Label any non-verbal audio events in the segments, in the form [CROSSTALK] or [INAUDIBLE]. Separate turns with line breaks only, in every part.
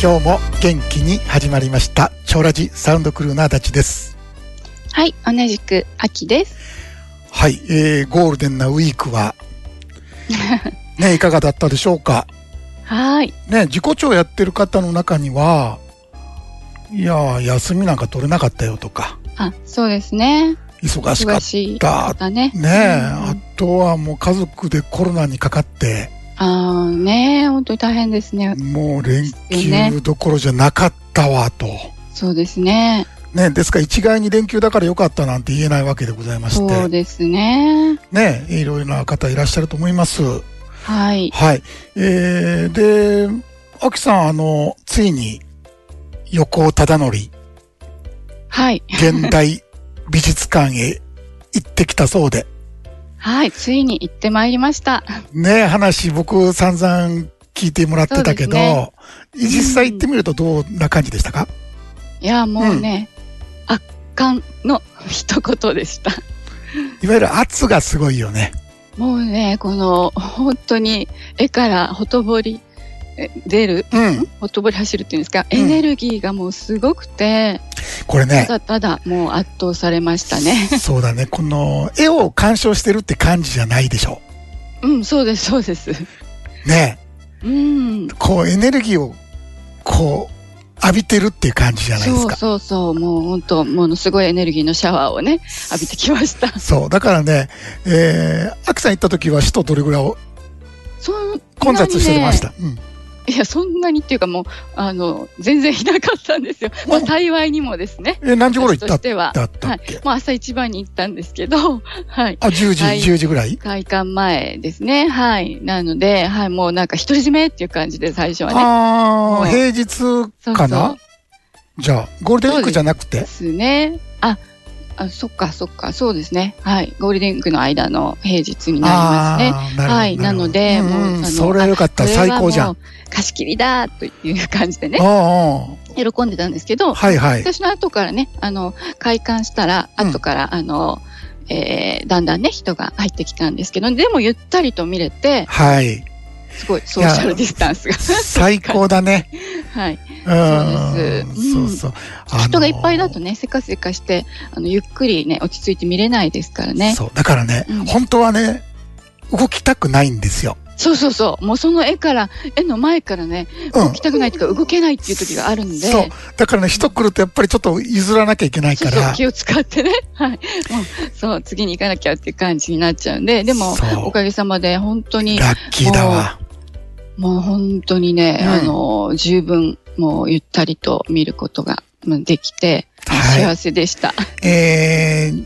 今日も元気に始まりました。超ラジサウンドクルーナーたちです。
はい、同じく秋です。
はい、えー、ゴールデンなウィーク [LAUGHS] は、ね、いかがだったでしょうか。
はーい。
ね、自己調やってる方の中には、いやー、休みなんか取れなかったよとか、
あ、そうですね。
忙しか
忙
っ
しい
た。
だね。
ねあとはもう家族でコロナにかかって、
あーね本当に大変ですね。
もう連
ですよね
休どころじゃなかったわと。
そうですね。
ね、ですから一概に連休だから良かったなんて言えないわけでございまし
そう
て、
ですね。
ね、いろいろな方いらっしゃると思います。
はい。
はい。えー、で、アキさん、あの、ついに、横尾忠則、
はい。
現代美術館へ行ってきたそう
[LAUGHS]
で、
はい。ついに行ってまいりました。
ね、話僕散々聞いてもらってたけど、
そ
実際行ってみるとどんな感じでしたか、
いや、もうね、圧巻の一言でした。
いわゆる圧がすごいよね。
もうね、この、本当に絵からほとぼりえ出る、
うん。
ほとぼり走るっていうんですか、
うん
エネルギーがもうすごくて、
これ
た
ね、
だただもう圧倒されましたね。
[LAUGHS] そうだね、この絵を鑑賞してるって感じじゃないでしょ
うん、そうです、そうです。
う。ね、
うん。
こうエネルギーを、こう、浴びてるっていう感じじゃないで
そ
す
う
か。
そうそう、もう本当、ものすごいエネルギーのシャワーをね、浴びてきました。
そう、だからね、えー、アキさん行った時は首都どれぐらいを
そん
混雑してました。うん。
いや、そんなにっていうかもう、あの、全然いなかったんですよ。まあ、幸いにもですね。
えー何時頃行
私と
った
し
って
ては。
だった
は
っ
い
け、
もう朝一番に行ったんですけど、 [LAUGHS] はい。
あ、10時、
はい
10時ぐらい
開館前ですね。はい。なので、はい、もうなんか独り占めっていう感じで最初はね。
あ
も
あ、
う
平日
そう
か
そ
な
う
じゃあ、ゴールデンウィークじゃなく
で
て、
すね。あ、あ、そっかそっか、そうですね。はい。ゴールデンウィークの間の平日になりますね。
あーなるほど
はい
るほど
なので
うん
もう
う
あ
ん
の
それはよかった、
それ
最
は
高じゃ
も
ん
う。貸し切りだという感じでね
う、んうん
喜んでたんですけど、
はいはい。
私の後からね、あの、開館したら、
うん
後から、あの、えーだんだんね、人が入ってきたんですけど、でもゆったりと見れて、
はい。
すごいソーシャルディスタンス
[LAUGHS]
が。
最高だね。
はい。
うん。
そうです
そううんそう。
人がいっぱいだと
ね。
ね、せかせかして、あの、ゆっくりね、落ち着いて見れないですからね。
そう。だからね
うん、
本当はね、動きたくないんですよ。
そうそうそう。もうその絵から、絵の前からね、
うん
来。たくないというか動けないっていう時があるんで。
そう。だからね、人来るとやっぱりちょっと譲らなきゃいけない
ちょ
か
っと
ら。
気を使ってね、はい、もうそう次に行かなきゃっていう感じになっちゃうんで、でも
そう
おかげさまで本当に
ラッキーだわ。
もう本当にね、
うん
あの十分もうゆったりと見ることがうんできて、
は
幸せでした。
い。えー、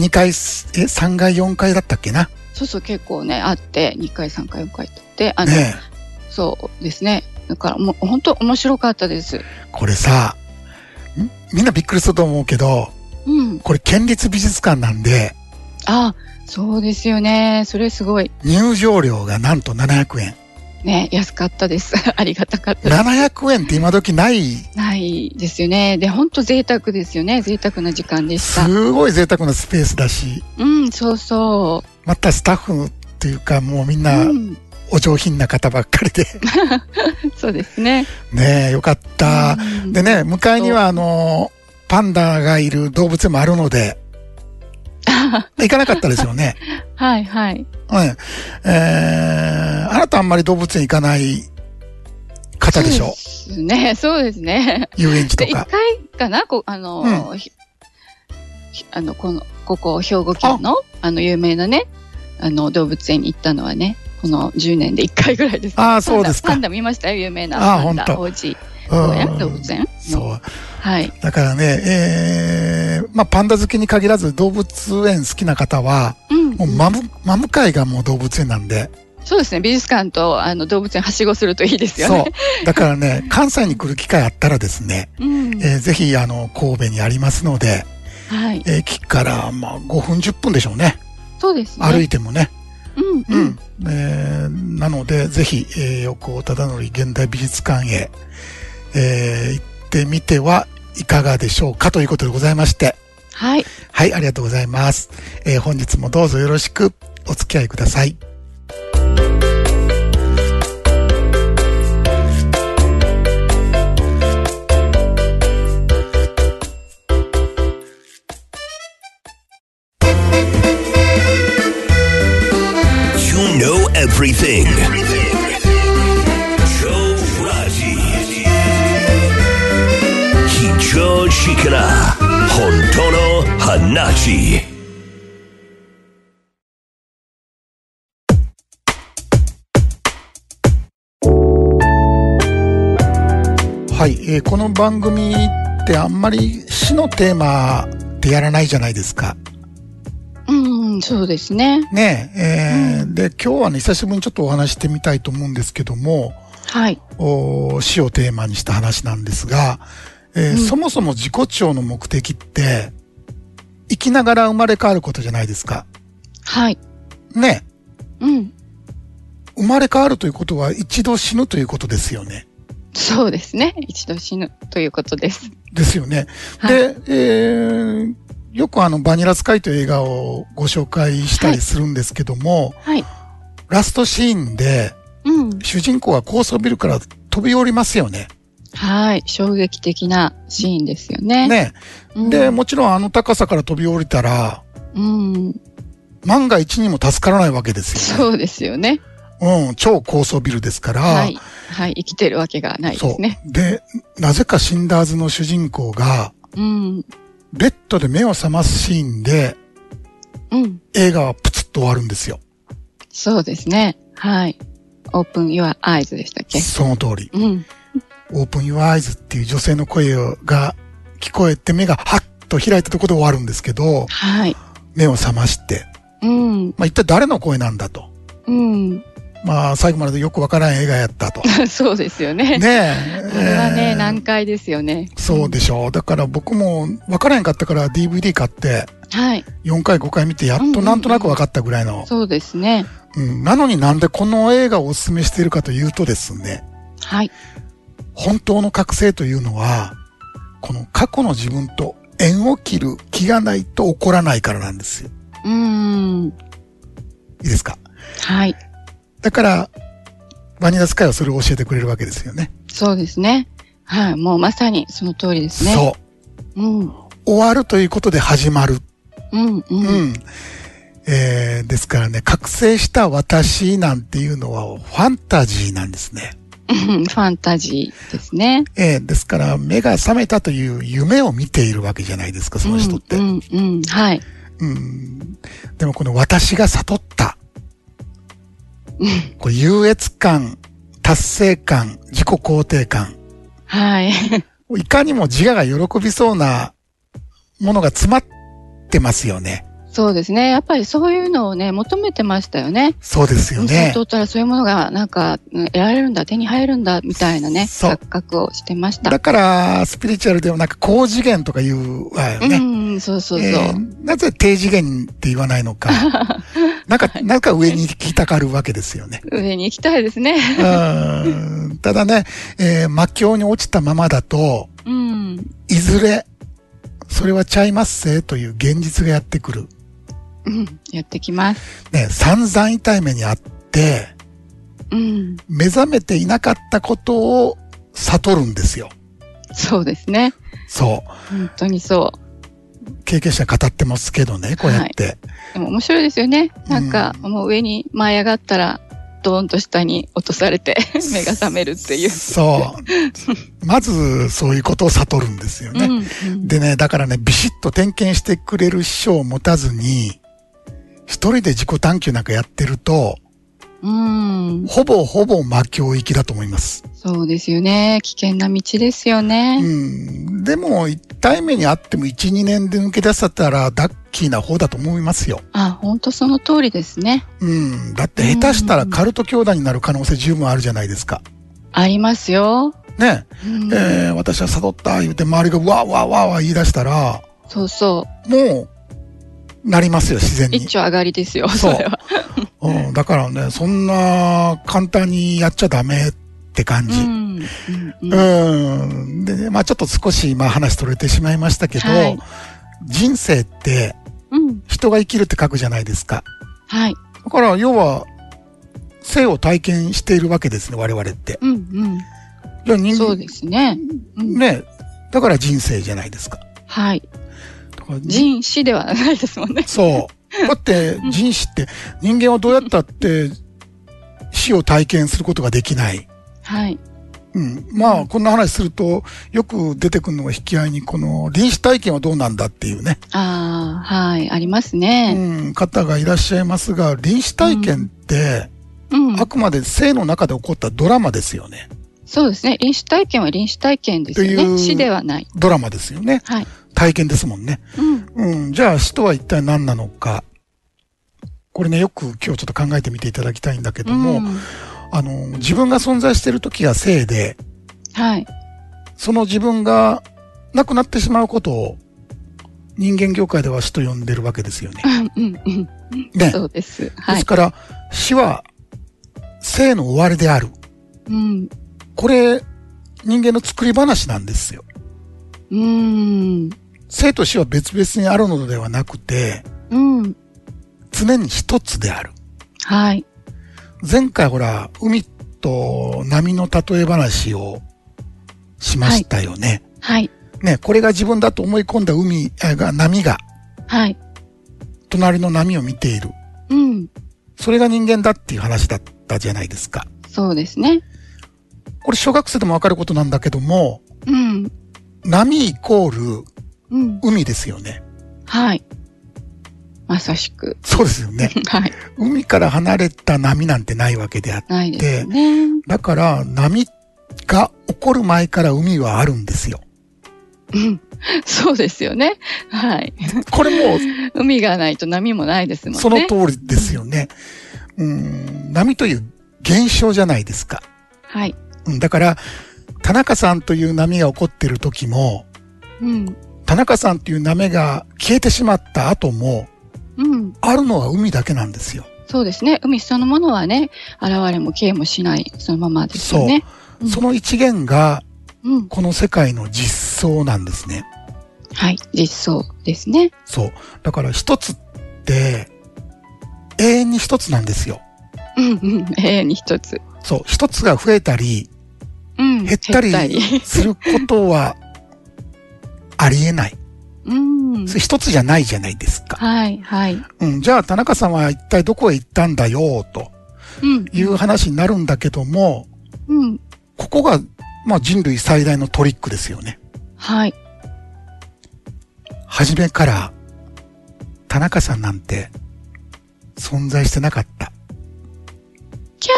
い2階、え、3階、4階だったっけな。
そうそう結構ねあって2回3回4回とってあの、
ね
そうですね。だからもう本当面白かったです。
えこれさ、んみんなびっくりすると思うけど、
うん。
これ県立美術館なんで、
あ、そうですよね。それすごい
入場料がなんと700円。
ね安かったです。 [LAUGHS] ありがたかったです。
700円って今時ない、
ないですよね。で、本当贅沢ですよね。贅沢な時間でした。
すごい贅沢なスペースだし、
うん、そうそ
またスタッフっていうかもうみん
う。
な
うん、
お上品な方ばっかりで、 [LAUGHS]
そうですね。
ねえ、よかった。
うん
でね、向かいにはあの、パンダがいる動物園もあるの
[LAUGHS]
で、行かなかったですよね。 [LAUGHS]
はいはい。
うん。えー、あなたあんまり動物園行かない方でしょ
そうですね。そうですね。
遊園地と
で、一
か
回。かな、こあの、ひひあの、この、ここ、兵庫県の、あの、有名なね、あの、動物園に行ったのはね、この10年で1回ぐらいです。
ああ、そうです
パ
か
ン。ダパンダ見ましたよ、有名
あー
な。パン
ほん
ダ、
と
王子公園、動
うん。
物園の。
そう。
はい。
だからね、えー、まあパンダ好きに限らず動物園好きな方は、
うん。
もう真向真向かいがもう動物園なんで、
そうですね。美術館とあの動物園はしごするといいですよ
そ
ね。
う。だからね、関西に来る機会あったらですね、
[LAUGHS] う。ん。
えーぜひあの、神戸にありますので、
はい。
駅からまあ5分10分でしょうね。
そうですね。
歩いてもね。
うん。
う
うん
ん。。えーなので、ぜひ、えー横尾忠則現代美術館へ、えー行ってみてはいかがでしょうかということでございまして。
はい。
はい、ありがとうございます。えー本日もどうぞよろしくお付き合いください。
everything. Joe Raji. Hicho Shikara. Hontono Hanachi.
はい、えーこの番組ってあんまり死のテーマってやらないじゃないですか。
うん、そうですね。
ねえ、えーで、今日はね、久しぶりにちょっとお話してみたいと思うんですけども、
はい。
お死をテーマにした話なんですが、えーそもそも自己調の目的って、生きながら生まれ変わることじゃないですか。
はい。
ね
うん。
生まれ変わるということは一度死ぬということですよね。
そうですね。一度死ぬということです。
ですよね。
はい
で、えーよくあの、バニラスカイという映画をご紹介したりするんですけども、
はい。
ラストシーンで
うん。
主人公が高層ビルから飛び降りますよね。
はい。衝撃的なシーンですよね。
ね。
うん
で、もちろんあの高さから飛び降りたら、
うん。
万が一にも助からないわけですよ、ね。
そうですよね。
うん、超高層ビルですから。
はい。はい。生きてるわけがないで
そ
す
う。
ね。
で、なぜか死んだはずの主人公が、
うん。
ベッドで目を覚ますシーンで、
うん。
映画はプツッと終わるんですよ。
そうですね。はい。Open Your Eyes でしたっけ
その通り。
うん。
オープンユアアイズっていう女性の声が聞こえて目がハッと開いたところで終わるんですけど、
はい。
目を覚まして、
うん。
まあ、一体誰の声なんだと。
うん。
まあ、最後までよくわからん映画やったと。
[LAUGHS] そうですよ
ね
ね。
え。
[LAUGHS] これは
え
ね、
ー
難解ですよね。
そうでしょう。だから僕もわからへんかったから DVD 買って、
はい。
4回5回見てやっとなんとなくわかったぐらいの。
そうですね。
うんなのになんでこの映画をお勧めしているかというとですね、
はい。
本当の覚醒というのは、この過去の自分と縁を切る気がないと起こらないからなんですよ。
うーん。
いいですか
はい。
だから、バニラスカイはそれを教えてくれるわけですよね。
そうですね。はい。もうまさにその通りですね。
そう。
う。うん。
終わるということで始まる。
うん。う。
うん
[LAUGHS]
ん。えー、ですからね、覚醒した私なんていうのはファンタジーなんですね。
ファンタジーですね。
えー、ですから、目が覚めたという夢を見ているわけじゃないですか、その人って。
うん。うん。うんはい。
うんでもこの私が悟った。こう優越感、達成感、自己肯定感。
はい。 [LAUGHS]
いかにも自我が喜びそうなものが詰まってますよね。
そうですね。やっぱりそういうのをね、求めてましたよね。
そうですよね
取。ったらそういうものが、なんか、うん得られるんだ、手に入るんだ、みたいなね、
そう
錯覚をしてました。
だから、スピリチュアルではなく高次元とか言うわよ
う
ね。
ん、そうそうそう。
えーなぜ低次元って言わないの
[LAUGHS]
か。なんか、なんか上に行きたがるわけですよね。
上に行きたいですね。
うんただね、えー魔境に落ちたままだと、
うん。
いずれ、それはちゃいますせという現実がやってくる。
うんやってきます。
ね、散々痛い目にあって、
うん。
目覚めていなかったことを悟るんですよ。
そうですね。
そ。
本当にそう
経験者語ってますけどね、こうやって。
う。でも面白いですよね。なんか、もう上に舞い上がったら、ドーンと下に落とさ [LAUGHS] れて、目が覚めるっていう。
そう。まず、そういうことを悟るんですよ
う
ね。
んうん。
でね、だからね、ビシッと点検してくれる師匠を持たずに、一人で自己探求なんかやってると、
うん。
ほぼほぼ魔境行きだと思います。
そうですよね。危険な道ですよ
う
ね。
ん。でも、一体目にあっても1、2年で抜け出せたら、ダッキーな方だと思いますよ。
あ、本当その通りですね。
うん。だって下手したらカルト教団になる可能性十分あるじゃないですか。
ありますよ。
ね。
うん
えー、私は悟った、言うて周りがわーわーわーわー言い出したら、
そうそ
もう、なりますよ、自然
う。
に
一。丁上がりですよ、
そ
そうれは。
うん。だからね、そんな簡単にやっちゃダメって感
う
じ。
ん。うんうん
うん。でね、まあちょっと少し、まあ話取れてしまいましたけど、
はい
人生って
うん。
人が生きるって書くじゃないですか。
はい。
だから、要は、生を体験しているわけですね、我々って。
うん
いや、
うん。
人
そうですね。うん
ね。だから人生じゃないですか。
はい。
だから
人死ではないですもんね。
そう。だって、人死って、人間はどうやったって、死を体験することができない。
はい。
うん。まあ、こんな話すると、よく出てくるのが引き合いに、この臨死体験はどうなんだっていうね。
ああ、はい。あります
う
ね。
ん、方がいらっしゃいますが、臨死体験って、
うん。
あくまで生の中で起こったドラマですよね。
そうですね。臨死体験は臨死体験です
と
よ
いう
ね。死ではない。
ドラマですよね。
はい。
体験ですもんね。
うん。
うん、じゃあ死とは一体何なのか。これね、よく今日ちょっと考えてみていただきたいんだけども、
うん
あの、自分が存在している時が生で、
はい。
その自分が亡くなってしまうことを、人間業界では死と呼んでるわけですよね。
うんうんうん。
ね。
そうです。
で
はい
す。から、死は生の終わりである。
うん。
これ、人間の作り話なんですよ。
うん。
生と死は別々にあるのではなくて、
うん。
常に一つである。
はい。
前回ほら、海と波の例え話をしましたよね。
はい。
ね、これが自分だと思い込んだ海あが、波が、
はい。
隣の波を見ている。
うん。
それが人間だっていう話だったじゃないですか。
そうですね。
これ小学生でもわかることなんだけども、
うん。
波イコール
うん。
海ですよね。
はい。まさしく。
そうですよ
[LAUGHS]
ね。
はい。
海から離れた波なんてないわけであって
ないですよね。
だから、波が起こる前から海はあるんですよ。
そうですよね。はい。
これも、
海がないと波もないですもんね。
その通りですよね。うん、波という現象じゃないですか。
はい。
うん、だから、田中さんという波が起こってる時も、
うん。
田中さんという波が消えてしまった後も、
うん。
あるのは海だけなんですよ。
そうですね。海そのものはね、現れも消えもしない、そのままですよね。うん
その一元が、
うん。
この世界の実相なんですね。
はい。実相ですね。
そう。だから一つって、永遠に一つなんですよ。
うんうん。永遠に一つ。
そう。一つが増えたり、
うん。
[LAUGHS] 減ったりすることはありえない。
うん。
それ一つじゃないじゃないですか。
はい、はい。
うん、じゃあ田中さんは一体どこへ行ったんだよ、と
うん。
いう話になるんだけども、
うん。
ここが、まあ人類最大のトリックですよね。
はい。
初めから、田中さんなんて存在してなかった。
キャ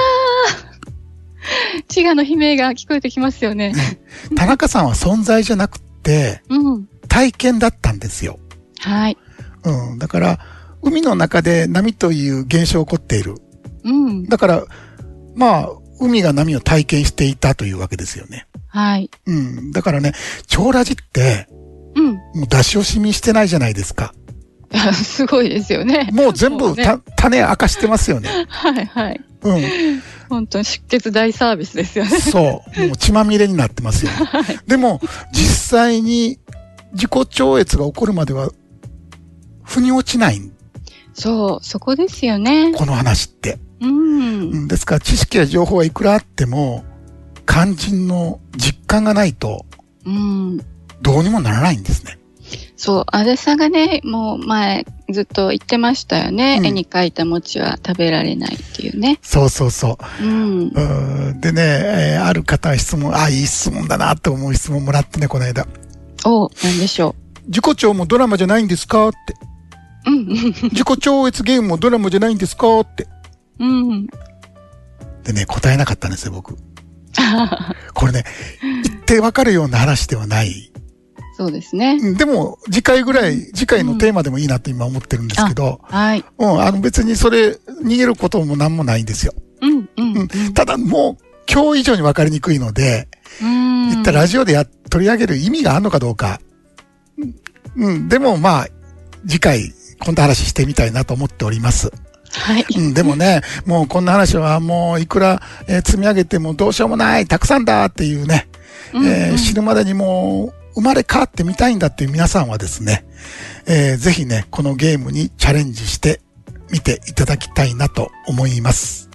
ーチガの悲鳴が聞こえてきますよね。
田中さんは存在じゃなくて、
うん。
体験だったんですよ。
はい。
うん、だから、海の中で波という現象が起こっている。
うん。
だから、まあ、海が波を体験していたというわけですよね。
はい。
うん。だからね、超ラジって、
うん。 [LAUGHS]
もう出し惜しみしてないじゃないですか。
あすごいですよね。
もう全
そ
部、
うね
た種明かしてますよね。
はい、はい。
うん。
本当に出血大サービスですよね。
そう。もう血まみれになってますよ、ね。でも、実際に自己超越が起こるまでは、腑に落ちない、
そう、そこですよね。
この話って。
うん
う。ん、ですから、知識や情報はいくらあっても、肝心の実感がないと、
うん。
どうにもならないんですね。
そう、安倍さんがね、もう前ずっと言ってましたよね。
うん
絵に描いた餅は食べられないっていうね。
そうそうそう。
うん。
うんでね、えーある方は質問、あ、いい質問だなと思う質問もらってね、この間。
おう、なんでしょ
自己調もドラマじゃないんですか [LAUGHS] って。
う。うん、
自己超越ゲームもドラマじゃないんですかって。
うん、うん。
でね、答えなかったんですよ、僕。
あ
これね、言ってわかるような話ではない。
そうですね。
うんでも、次回ぐらい、次回のテーマでもいいなと今思ってるんですけど、
はい。
うん、あの別にそれ、逃げることもなんもないんですよ。
うん、うん。
う
うん
ん、ただもう、今日以上にわかりにくいので、言ったラジオでや取り上げる意味があるのかどうか。うん、でもまあ、次回、こんな話してみたいなと思っております。
はい。
うん、でもね、もうこんな話はもういくら、えー積み上げてもどうしようもない、たくさんだっていうね、
うん
えー
うん
死ぬまでにもう生まれ変わってみたいんだっていう皆さんはですね、えーぜひね、このゲームにチャレンジしてみていただきたいなと思います。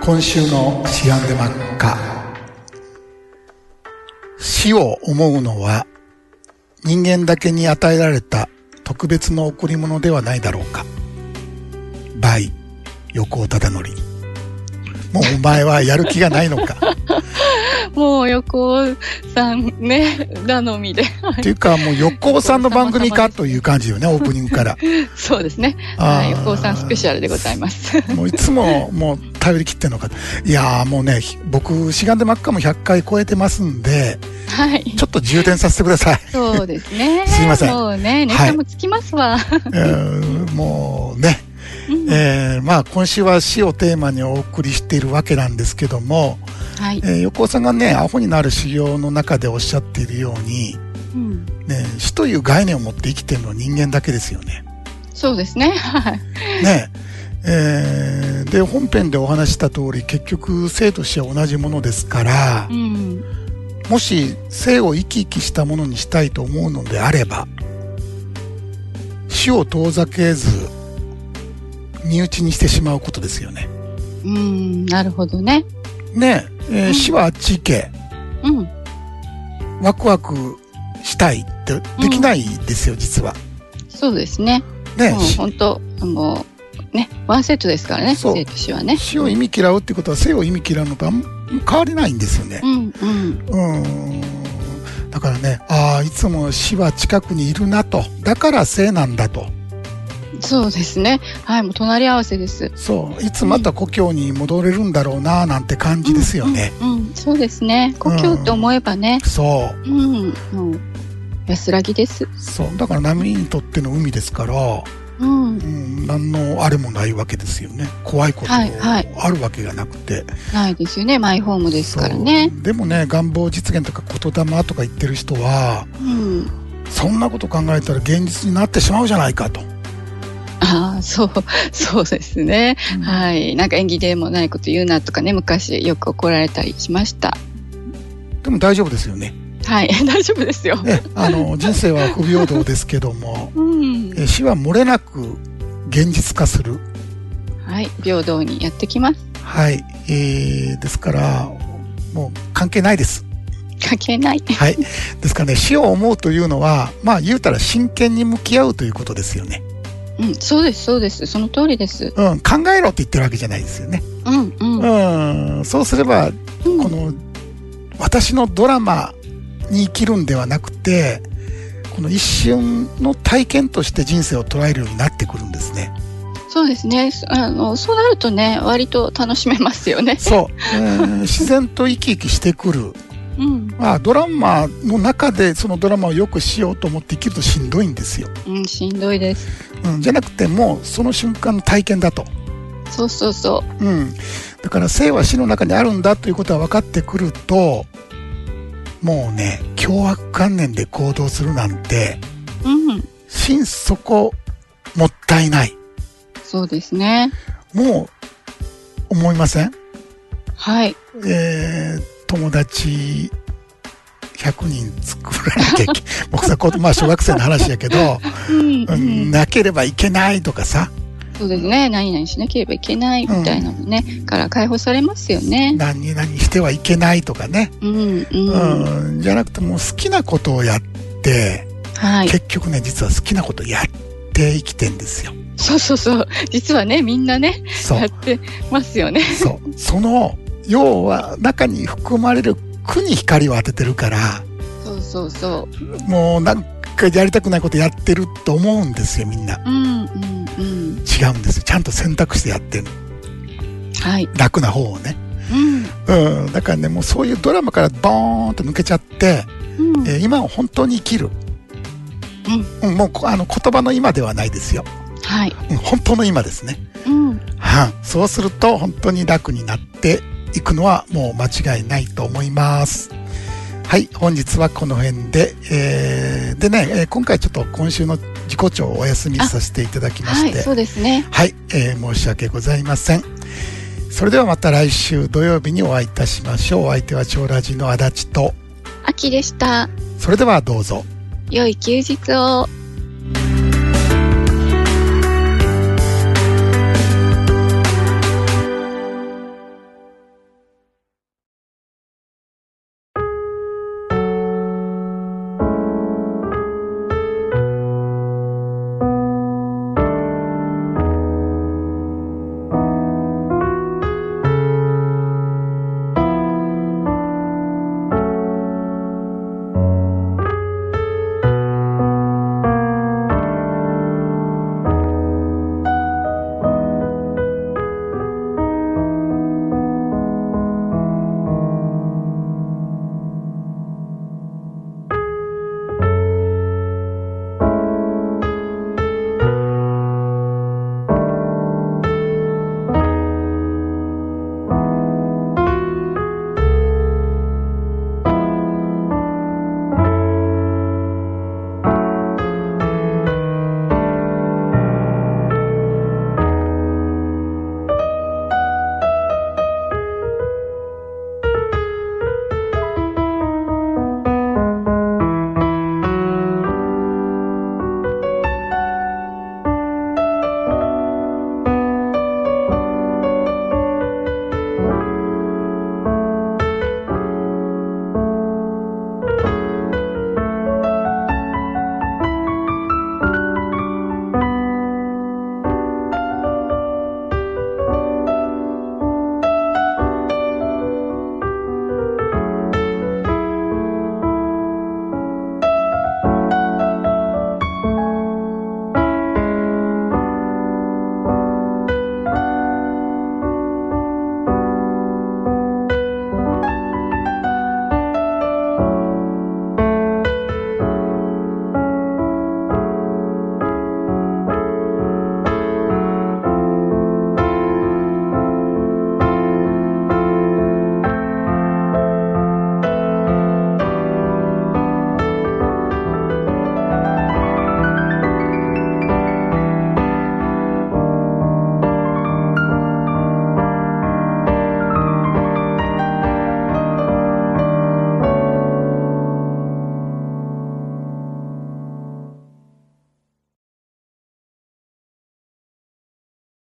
今週のシアンデマッカ。死を思うのは人間だけに与えられた特別の贈り物ではないだろうか。by 横尾忠則。もうお前はやる気がないのか。
もう横尾さんね、頼みで。
っていうか、もう横尾さんの番組かという感じよね、オープニングから。
そうですね。
あー
はい横尾さんスペシャルでござ
[LAUGHS]
います。
もういつももう頼り切ってんのか。いやーもうね、ひ僕、しがんで真っ赤も100回超えてますんで、
はい。
ちょっと充電させてください。
そうですね。
すいません
そうね、ネ
はい
タもつきますわ。
えーもうね、
うん
えーまあ今週は死をテーマにお送りしているわけなんですけども、
はい。
えー横尾さんがね、アホになる修行の中でおっしゃっているように、
うん
ね、死という概念を持って生きてるのは人間だけですよね。
そうですね。はい。
ねえーで本編でお話しした通り結局生と死は同じものですから
うん。
もし生を生き生きしたものにしたいと思うのであれば死を遠ざけず身内にしてしまうことですよね。
うん、なるほどね。
ねええー
うん
死はあっち行け
うん。
ワクワクしたいってできないですよ、実は。
そうですね。
ね
もう
死
本当、もう、ね、ワンセットですからね、
そう
生と死はね。
死を意味嫌うってことは生を意味嫌うのとあん変わりないんですよね。
うん、うん。
うーんだからね、ああ、いつも死は近くにいるなと。だから生なんだと。
そうですね。はい、もう隣り合わせです。
そう。いつまた故郷に戻れるんだろうな、なんて感じですよね。
うん、うんそうですね。故郷と思えばね、
そ
うん、もう、安らぎです。
う。そう。だから波にとっての海ですから、
う
う、
ん
ん、何のあれもないわけですよね。怖いこと
はいはい
あるわけがなくて。
ないですよね。マイホームですからね。
そうでもね、願望実現とか言霊とか言ってる人は、
うん。
そんなこと考えたら現実になってしまうじゃないかと。
ああ、そう、 [LAUGHS] そうですね。
うん
はい。なんか演技でもないこと言うなとかね、昔よく怒られたりしました。
でも大丈夫ですよね。
はい。 [LAUGHS] 大丈夫ですよ。
ね、あ
[LAUGHS]
の人生は不平等ですけども
うん。
え死は漏れなく現実化する、
はい。平等にやってきます。
はいえー、ですからもう関係ない [LAUGHS] です、
関係ない。
はい、ですからね死を思うというのはまあ言うたら真剣に向き合うということですよね、
うん、そうです、そうです。その通りです。
うん、考えろって言ってるわけじゃないですよね、
うん、うん。うん
うん、そうすればこの私のドラマに生きるんではなくてこの一瞬の体験として人生を捉えるようになってくるんですね
そうですね。そあの、そうなるとね、割と楽しめますよね。
そう、 [LAUGHS] えー自然と生き生きしてくる、
うん、
まあ、ドラマの中でそのドラマをよくしようと思って生きるとしんどいんですよ、
うん、しんどいです。
うん、じゃなくてもうその瞬間の体験だと、
そうそうそ
うん、だから生は死の中にあるんだということが分かってくるともうね凶悪観念で行動するなんて
う。うん、
心底もったいない
そうですね。
もう思いません
はい。
えー友達100人作らなきゃい [LAUGHS] け僕さこうまあ小学生の話やけど、
うん、
う
うんん、
なければいけないとかさ
そうですね。何々しなければいけないみたいなのね、から解放されますよね。
何々してはいけないとかね、
うん、う、
うんんじゃなくてもう好きなことをやって、
はい。
結局ね実は好きなことやって生きてんですよ。
そうそうそう。実はね、みんなね、
そう
やってますよね。
そうその要は中に含まれる苦に光を当ててるから
そうそうそ
もうなんかやりたくないことやってると思うんですよみんな。
う。うん、うん、うん。
違うんですよちゃんと選択してやってる
はい。
楽な方をね
うん、
うんだからねもうそういうドラマからボーンと抜けちゃって、
うん。
えー今を本当に生きる、うんもうこあの言葉の今ではないですよ、
はい。
うん、本当の今ですね、
うん。
はいそうすると本当に楽になっていくのはもう間違いないと思いますはい本日はこの辺で、えーでね、えー今回ちょっと今週の自己調をお休みさせていただきま
は
し
い、
て
そうですね。
はい、えー申し訳ございません。それではまた来週土曜日にお会いいたしましょう。お相手は長ラジの足立と、
秋でした。
それではどうぞ。
良い休日を。